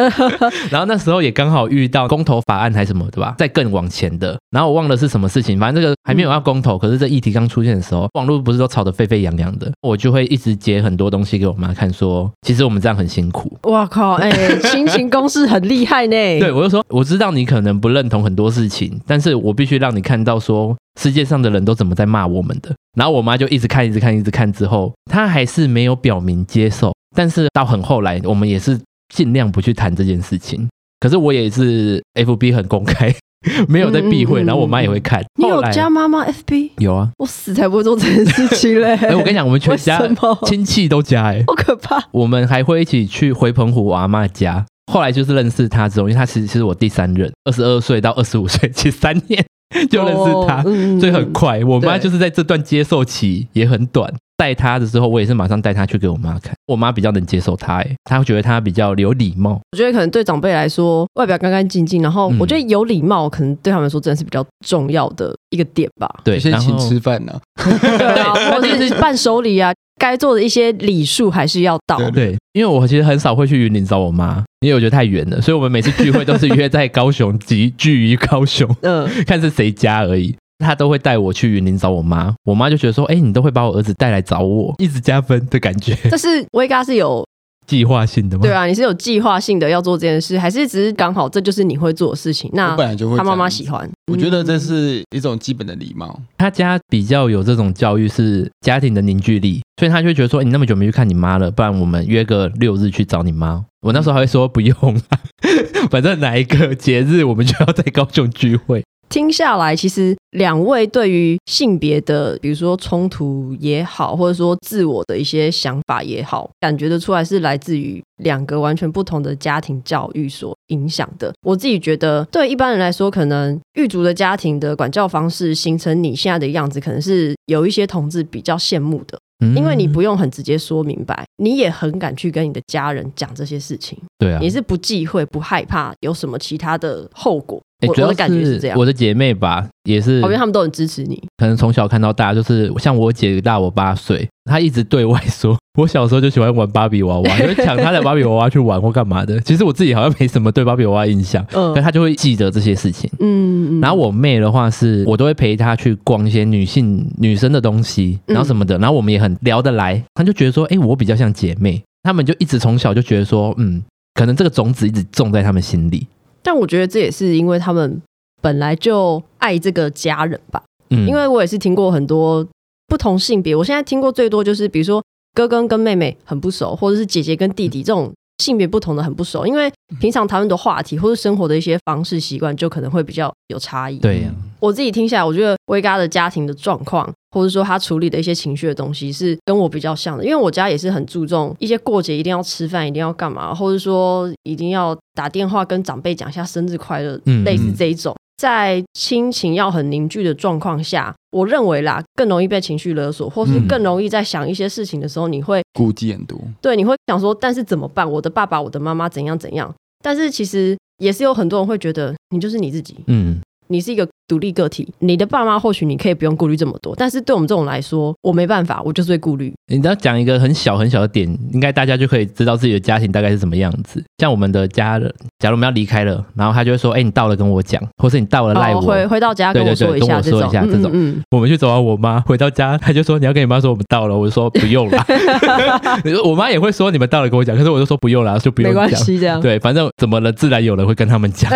B: 然后那时候也刚好遇到公投法案还是什么，对吧？在更往前的，然后我忘了是什么事情，反正这个还没有要公投，可是这议题刚出现的
A: 嗯
B: 时候，网络不是都吵得沸沸扬扬的，我就会一直截很多东西给我妈看说，其实我们这样很辛苦。
A: 哇靠，哎、 亲情攻势很厉害呢。
B: 对，我就说我知道你可能不认同很多事情，但是我必须让你看到说世界上的人都怎么在骂我们的。然后我妈就一直看，一直看，一直看，之后她还是没有表明接受，但是到很后来，我们也是尽量不去谈这件事情。可是我也是 FB 很公开，没有在避
A: 嗯
B: 讳，
A: 嗯嗯
B: 然后我妈也会看。
A: 你
B: 后
A: 有
B: 来
A: 加妈妈 FB？
B: 有啊？
A: 我死才不会做这件事情 嘞！
B: 哎、我跟你讲，我们全家
A: 为什么
B: 亲戚都加哎、
A: 好可怕。
B: 我们还会一起去回澎湖我阿妈家。后来就是认识他之后，因为他其实其实我第三任，二十二岁到二十五岁，其实三年就认识他，
A: 哦嗯
B: 所以很快。我妈
A: 对
B: 就是在这段接受期也很短。带他的时候，我也是马上带他去给我妈看，我妈比较能接受他、欸，她会觉得他比较有礼貌。
A: 我觉得可能对长辈来说，外表干干净净，然后
B: 嗯
A: 我觉得有礼貌，可能对他们来说真的是比较重要的一个点吧。
B: 对，
C: 就先
B: 然后
C: 请吃饭呢、
A: 对啊，或者
B: 但
A: 是伴手礼啊， 该做的一些礼数还是要到。
C: 对
B: 对，因为我其实很少会去云林找我妈，因为我觉得太远了，所以我们每次聚会都是约在高雄，集聚于高雄。
A: 嗯，
B: 看是谁家而已。他都会带我去云林找我妈，我妈就觉得说，哎、你都会把我儿子带来找我，一直加分的感觉。
A: 但是威嘎是有
B: 计划性的吗？
A: 对，啊，你是有计划性的要做这件事，还是只是刚好这就是你会做的事情？那
C: 我本来就会
A: 啊他妈妈
C: 这样子
A: 喜欢，
C: 我觉得这
A: 嗯
C: 是一种基本的礼貌。
B: 他家比较有这种教育，是家庭的凝聚力，所以他就会觉得说、欸你那么久没去看你妈了，不然我们约个六日去找你妈。我那时候还会说不用啊， 反正哪一个节日我们就要在高雄聚会。
A: 听下来，其实两位对于性别的，比如说冲突也好，或者说自我的一些想法也好，感觉得出来是来自于两个完全不同的家庭教育所影响的。我自己觉得，对一般人来说，可能狱卒的家庭的管教方式形成你现在的样子，可能是有一些同志比较羡慕的，
B: 嗯
A: 因为你不用很直接说明白，你也很敢去跟你的家人讲这些事情，
B: 对啊，
A: 你是不忌讳、不害怕有什么其他的后果。
B: 欸
A: 我
B: 主要
A: 我的感觉是这样哦
B: 我。的姐妹吧，也是
A: 好因为他们都很支持你，
B: 可能从小看到大，就是像我姐大我八岁，她一直对外说， 我小时候就喜欢玩芭比娃娃，就抢她的芭比娃娃去玩或干嘛的。其实我自己好像没什么对芭比娃娃印象，
A: 嗯
B: 可她就会记得这些事情。
A: 嗯，嗯
B: 然后我妹的话是，我都会陪她去逛一些女性女生的东西，
A: 嗯
B: 然后什么的，然后我们也很聊得来，她就觉得说，哎、我比较像姐妹，她们就一直从小就觉得说，嗯，可能这个种子一直种在她们心里，
A: 但我觉得这也是因为他们本来就爱这个家人吧，
B: 嗯，
A: 因为我也是听过很多不同性别，我现在听过最多就是比如说哥哥跟妹妹很不熟，或者是姐姐跟弟弟这种。性别不同的很不熟，因为
B: 嗯
A: 平常他们的话题或是生活的一些方式习惯，就可能会比较有差异。
B: 对呀、
A: 我自己听下来，我觉得威嘎的家庭的状况，或者说他处理的一些情绪的东西，是跟我比较像的。因为我家也是很注重一些过节一定要吃饭，一定要干嘛，或者说一定要打电话跟长辈讲一下生日快乐，
B: 嗯
A: 类似这一种。在亲情要很凝聚的状况下，我认为啦，更容易被情绪勒索，或是
B: 嗯
A: 更容易在想一些事情的时候，你会
C: 顾忌很多，
A: 对，你会想说，但是怎么办？我的爸爸、我的妈妈怎样怎样？但是其实也是有很多人会觉得，你就是你自己，
B: 嗯，
A: 你是一个独立个体，你的爸妈或许你可以不用顾虑这么多，但是对我们这种来说，我没办法，我就是会顾虑。
B: 你只要讲一个很小很小的点，应该大家就可以知道自己的家庭大概是什么样子。像我们的家人，假如我们要离开了，然后他就会说：“哎、你到了跟我讲，或是你到了赖
A: 哦，
B: 我。
A: 回回到家跟我
B: 对对
A: 说
B: 对
A: 一下，
B: 跟我说一下
A: 这
B: 这
A: 种
B: 种，
A: 嗯嗯
B: 我们去找完我妈， 回到家，他就说：“你要跟你妈说我们到了。” 我就说：“不用 啦。”我妈也会说：“你们到了跟我讲。”可是我就说：“不用啦，就不
A: 嗯，
B: 用
A: 没关
B: 讲。”
A: 系，这样。
B: 对，反正怎么了，自然有人会跟他们 讲。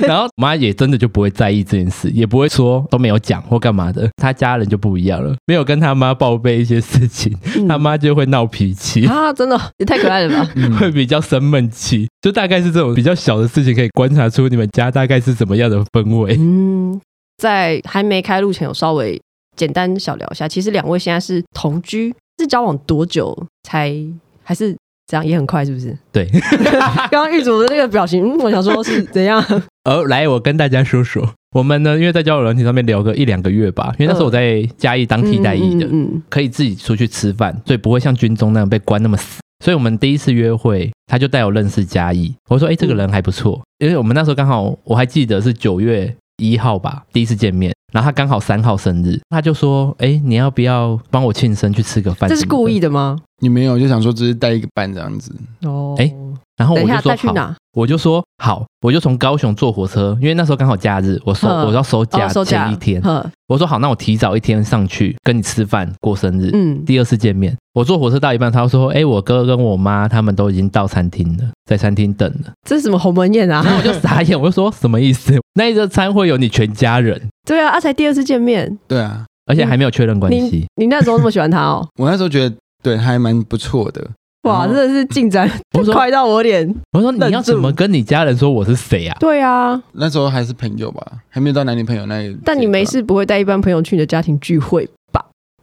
B: 然后妈也真的就不会在意这件事，也不会说都没有讲或干嘛的。他家人就不一样了，没有跟他妈报备一些事情，
A: 嗯
B: 他妈就会闹脾气。
A: 啊，真的也太可爱了吧！
B: 会比较生闷气，就大概是这种比较小的事情，可以观察出你们家大概是怎么样的氛围。
A: 嗯，在还没开录前，有稍微简单小聊一下。其实两位现在是同居，是交往多久才还是这样？也很快，是不是？
B: 对，
A: 刚刚玉竹的那个表情，嗯我想说是怎样？
B: 而来我跟大家说说，我们呢，因为在交友软体上面聊个一两个月吧，因为那时候我在嘉义当替代役的，
A: 嗯嗯
B: 可以自己出去吃饭，所以不会像军中那样被关那么死。所以我们第一次约会，他就带我认识嘉义，我说：“哎、
A: 嗯
B: 这个人还不错。”因为我们那时候刚好，我还记得是九月一号吧，第一次见面，然后他刚好三号生日，他就说：“哎、你要不要帮我庆生去吃个
A: 嗯
B: 饭？”
A: 这是故意。的吗？
C: 你没有就想说只是带一个伴这样子，
A: 哦
B: 哎然后我
A: 等一
B: 就
A: 下
B: 说
A: 带去
B: 好，
A: 哪？
B: 我就说好，我就从高雄坐火车，因为那时候刚好假日，我收
A: 嗯
B: 我要收假
A: 哦收假
B: 前一天，
A: 呵
B: 我说好，那我提早一天上去跟你吃饭过生日。
A: 嗯，
B: 第二次见面，我坐火车到一半，他说：“哎、我哥跟我妈他们都已经到餐厅了，在餐厅等了。
A: 这是什么鸿门宴”啊？
B: 然后我就傻眼，我就说：“什么意思？ 那一个餐会有你全家人，
A: 对啊，啊才第二次见面，
C: 对啊，
B: 而且还没有确认关系。
A: 你那时候那么喜欢他 哦，
C: 我那时候觉得对他还蛮不错的，
A: 哇，真
C: 然后
A: 的是进展
B: 我说
A: 快到我脸。
B: 我说：“你要怎么跟你家人说我是谁啊？”
A: 对啊，
C: 那时候还是朋友吧，还没有到男女朋友那一。
A: 但你没，事不会带一般朋友去你的家庭聚会，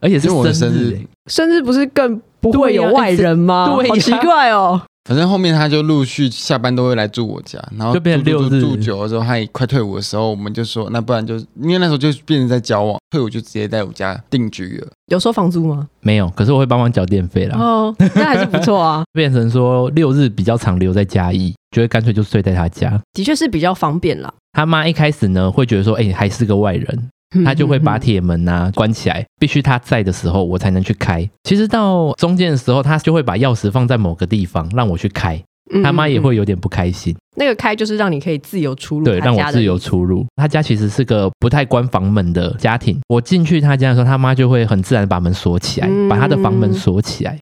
B: 而且是
C: 因为我的生
B: 日、
C: 日
B: 欸，
A: 甚至不是更不会有外人吗？
B: 对啊
A: 好
B: 哎
A: 奇
B: 是
A: 怪哦。
C: 反正后面他就陆续下班都会来住我家，然后
B: 就变成
C: 住
B: 六
C: 住住
B: 日
C: 住久的时候，他也快退伍的时候，我们就说那不然就因为那时候就变成在交往，退伍就直接在我家定居了。
A: 有收房租吗？
B: 没有，可是我会帮忙缴电费啦。
A: 哦，那还是不错啊，
B: 变成说六日比较常留在嘉义，就会干脆就睡在他家。
A: 的确是比较方便啦。
B: 他妈一开始呢会觉得说，哎、你还是个外人， 他就会把
A: 嗯嗯嗯
B: 铁门呐、关起来，必须他在的时候我才能去开。其实到中间的时候，他就会把钥匙放在某个地方让我去开，
A: 嗯
B: 他妈也
A: 嗯嗯
B: 会有点不开心，
A: 那个开，就是让你可以自由出入嗯他
B: 对，
A: 家的，
B: 让我自由出入。他家其实是个不太关房门的家庭，我进去他家的时候，他妈就会很自然地把门锁起来，
A: 嗯
B: 把他的房门锁起来。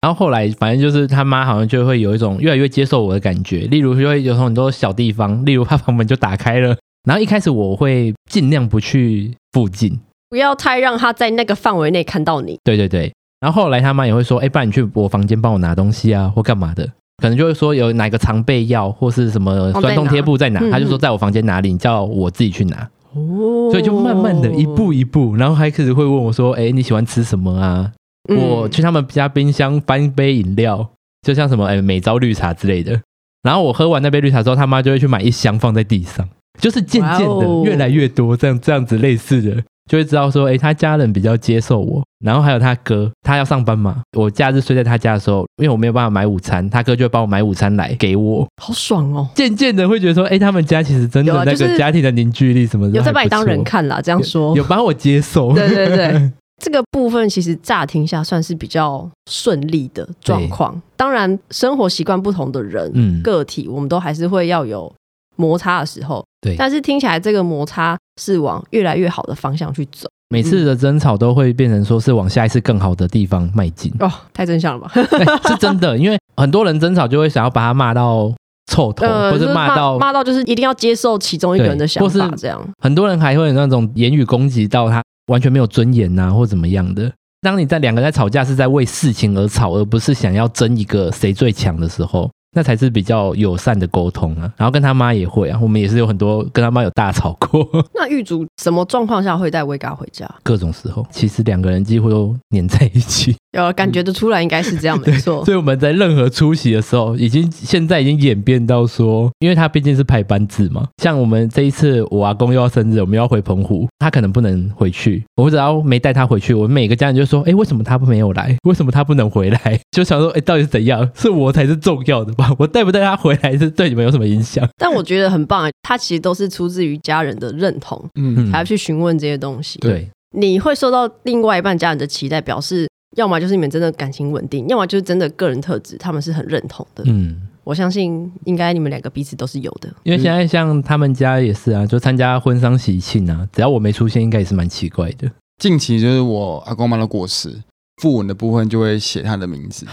B: 然后后来反正就是他妈好像就会有一种越来越接受我的感觉，例如就会有很多小地方，例如他房门就打开了，然后一开始我会尽量不去附近，
A: 不要太让他在那个范围内看到你。
B: 对对对，然后后来他妈也会说，哎，不然你去我房间帮我拿东西啊，或干嘛的。可能就会说有哪个常备药或是什么酸痛贴布在哪，
A: 哦在哪嗯
B: 他就说在我房间哪里，你叫我自己去拿。
A: 哦
B: 所以就慢慢的一步一步，然后还开始会问我说：“哎、你喜欢吃什么啊？”
A: 嗯
B: 我去他们家冰箱翻一杯饮料，就像什么哎、美招绿茶之类的。然后我喝完那杯绿茶之后，他妈就会去买一箱放在地上，就是渐渐
A: 哇哦
B: 的越来越多这样这样子类似的，就会知道说，哎、他家人比较接受我。然后还有他哥，他要上班嘛，我假日睡在他家的时候，因为我没有办法买午餐，他哥就会帮我买午餐来给我。
A: 好爽哦，
B: 渐渐的会觉得说，哎、他们家其实真的
A: 有啊
B: 那
A: 就是
B: 个家庭的凝聚力什么的，
A: 有在把你当人
B: 看。
A: 看啦，这样说。
B: 有帮我接受。
A: 对对 对，这个部分其实乍听下算是比较顺利的状况。当然，生活习惯不同的人、
B: 嗯，
A: 个体，我们都还是会要有摩擦的时候。
B: 对
A: 但是听起来这个摩擦是往越来越好的方向去走。，
B: 每次的争吵都会变成说是往下一次更好的地方迈进
A: 哦，太真相了吧？
B: 对是真的。因为很多人争吵就会想要把他骂到臭头，或
A: 呃就是
B: 骂到
A: 骂到就是一定要接受其中一个人的想
B: 对
A: 法
B: 或，是
A: 这样。
B: 很多人还会有那种言语攻击到他完全没有尊严呐、或怎么样的。当你在两个在吵架是在为事情而吵，而不是想要争一个谁最强的时候，那才是比较友善的沟通啊。然后跟他妈也会啊，我们也是有很多跟他妈有大吵过，
A: 那狱卒什么状况下会带威嘎回家？
B: 各种时候，其实两个人几乎都黏在一起。
A: 有呃了感觉得出来，应该是这 样，没
B: 对
A: 错。
B: 所以我们在任何出席的时候，已经现在已经演变到说，因为他毕竟是排班制嘛，像我们这一次我阿公又要生日，我们又要回澎湖，他可能不能回去，我只要没带他回去，我每个家人就说，哎，为什么他没有来？为什么他不能回来？ 就想说，哎，到底是怎样？是我才是重要的吧？我 带不带他回来是对你们有什么影响？
A: 但我觉得很棒，他其实都是出自于家人的认同，
C: 嗯，
A: 才要去询问这些东西。
B: 对，
A: 你会受到另外一半家人的期待，表示要么就是你们真的感情稳定，要么就是真的个人特质，他们是很认同的。
B: 嗯。
A: 我相信应该你们两个彼此都是有的。
B: 因为现在像他们家也是啊，就参加婚丧喜庆啊，只要我没出现，应该也是蛮奇怪的。
C: 近期就是我阿公妈的过世，副文的部分就会写他的名字。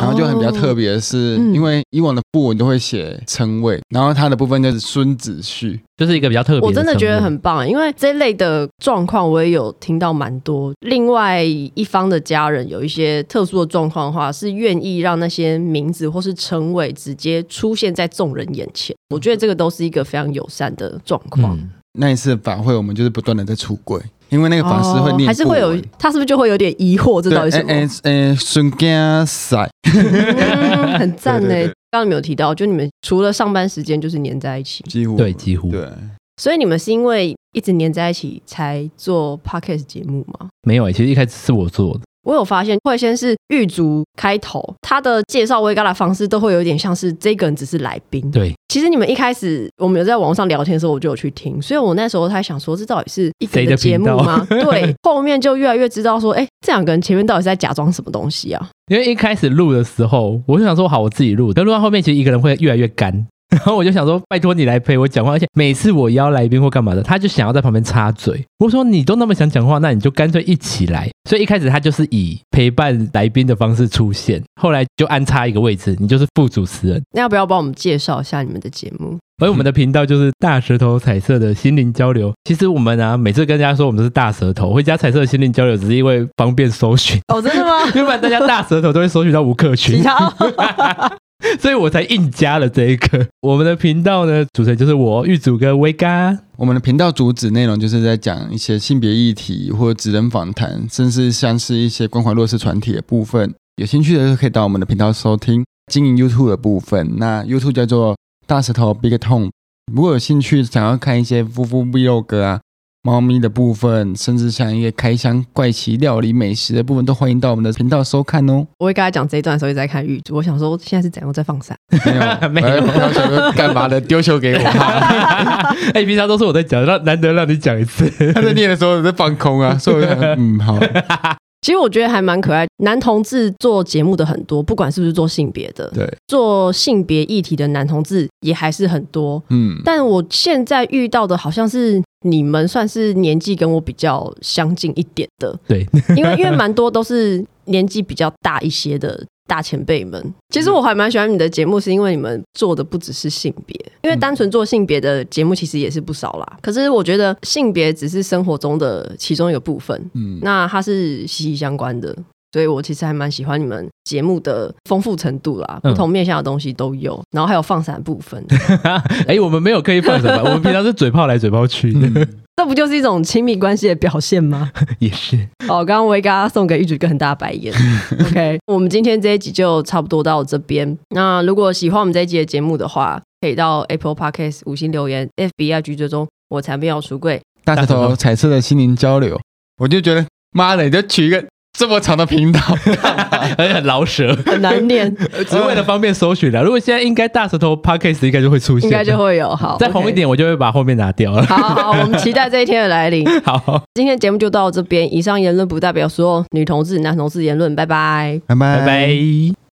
C: 然后就很比较特别的是，
A: 哦嗯
C: 因为以往的副文都会写称谓，然后他的部分就是孙子婿，
B: 就是一个比较特别。
A: 我真的觉得很棒，因为这类的状况我也有听到蛮多。另外一方的家人有一些特殊的状况的话，是愿意让那些名字或是称谓直接出现在众人眼前。我觉得这个都是一个非常友善的状况。
B: 嗯，
C: 那一次的法会，我们就是不断的在出柜，因为那个法师会念、
A: 哦还是会有，他是不是就会有点疑惑，这
C: 对，
A: 到底是
C: 哎
A: 什么？
C: 哎哎，孙家赛，
A: 嗯很赞呢
C: 对对对。
A: 刚刚你们有提到，就你们除了上班时间就是黏在一起，
C: 几乎
B: 对，几乎
C: 对，
A: 所以你们是因为一直黏在一起才做 podcast 节目吗？
B: 没有、欸。其实一开始是我做的，
A: 我有发现，会先是狱卒开头，他的介绍威嘎的方式都会有点像是这个人只是来宾。
B: 对，
A: 其实你们一开始我们有在网上聊天的时候，我就有去听，所以我那时候才想说，这到底是一个
B: 谁
A: 人
B: 的
A: 节
B: 频
A: 目
B: 道
A: 吗？对，后面就越来越知道说，哎、这两个人前面到底是在假装什么东西啊？
B: 因为一开始录的时候，我就想说好，我自己录。但录到后面，其实一个人会越来越干。 然后我就想说，拜托你来陪我讲话，而且每次我邀来宾或干嘛的，他就想要在旁边插嘴。我说你都那么想讲话，那你就干脆一起来。所以一开始他就是以陪伴来宾的方式出现，后来就安插一个位置，你就是副主持人。
A: 那要不要帮我们介绍一下你们的节目？
B: 而我们的频道就是大舌头彩色的心灵交流。其实我们啊，每次跟大家说我们是大舌头，会加彩色的心灵交流，只是因为方便搜寻，
A: 哦，真的吗？
B: 要不然大家大舌头都会搜寻到吴克群
A: 其，他
B: 所以我才硬加了这一个。我们的频道呢，主持人就是我玉主跟威嘎，
C: 我们的频道主旨内容就是在讲一些性别议题或职人访谈，甚至像是一些关怀弱势团体的部分。有兴趣的就可以到我们的频道收听。经营 YouTube 的部分，那 YouTube 叫做大石头 Big Tom。如果有兴趣想要看一些夫妇 Vlog 啊、猫咪的部分，甚至像一些开箱怪奇料理、美食的部分，都欢迎到我们的频道收看 哦。
A: 我会跟他讲这一段的时候一直在看玉珠，我想说现在是怎样在放闪？
C: 没有，
B: 没有
C: 哎不要想说干嘛的，丢球给 我。
B: 哎、平常都是我在讲，让难得让你讲一次，
C: 他在念的时候在放空啊，所以我 就想嗯好，
A: 其实我觉得还蛮可爱。男同志做节目的很多，不管是不是做性别的，
C: 对，
A: 做性别议题的男同志也还是很多。
C: 嗯，
A: 但我现在遇到的好像是你们算是年纪跟我比较相近一点的，
B: 对，
A: 因为因为蛮多都是年纪比较大一些的大前辈们。其实我还蛮喜欢你的节目，是因为你们做的不只是性别，因为单纯做性别的节目其实也是不少啦。可是我觉得性别只是生活中的其中一个部分，
C: 嗯，
A: 那它是息息相关的。所以我其实还蛮喜欢你们节目的丰富程度啦，
B: 嗯
A: 不同面向的东西都有，然后还有放闪的部 分，
B: 哎、我们没有刻意放什么，我们平常是嘴炮来嘴炮去
A: 嗯
B: 的，
A: 这不就是一种亲密关系的表现吗？
B: 也 是。
A: 哦，刚刚维嘎送给玉主一个很大的白 眼。OK，我们今天这一集就差不多到这边。那如果喜欢我们这一集的节目的话，可以到 Apple Podcast 五星留言，FBIG 追踪我才没有出柜。
C: 大
B: 大
C: 舌
B: 舌头
C: 头彩色的心灵交流，我就觉得妈的，你就取一个这么长的频道，
B: 而且很老舌，
A: 很难 念，
B: 只是为了方便搜寻啦。如果现在应该大舌头 podcast 应该就会出
A: 应
B: 现，
A: 该就会有好
B: 再红一。点，我就会把后面拿掉了
A: OK。好好，我们期待这一天的来临。
B: 好，
A: 今天节目就到这边，以上言论不代表所有女同志、男同志言论。拜拜。
C: 拜拜
B: 拜拜。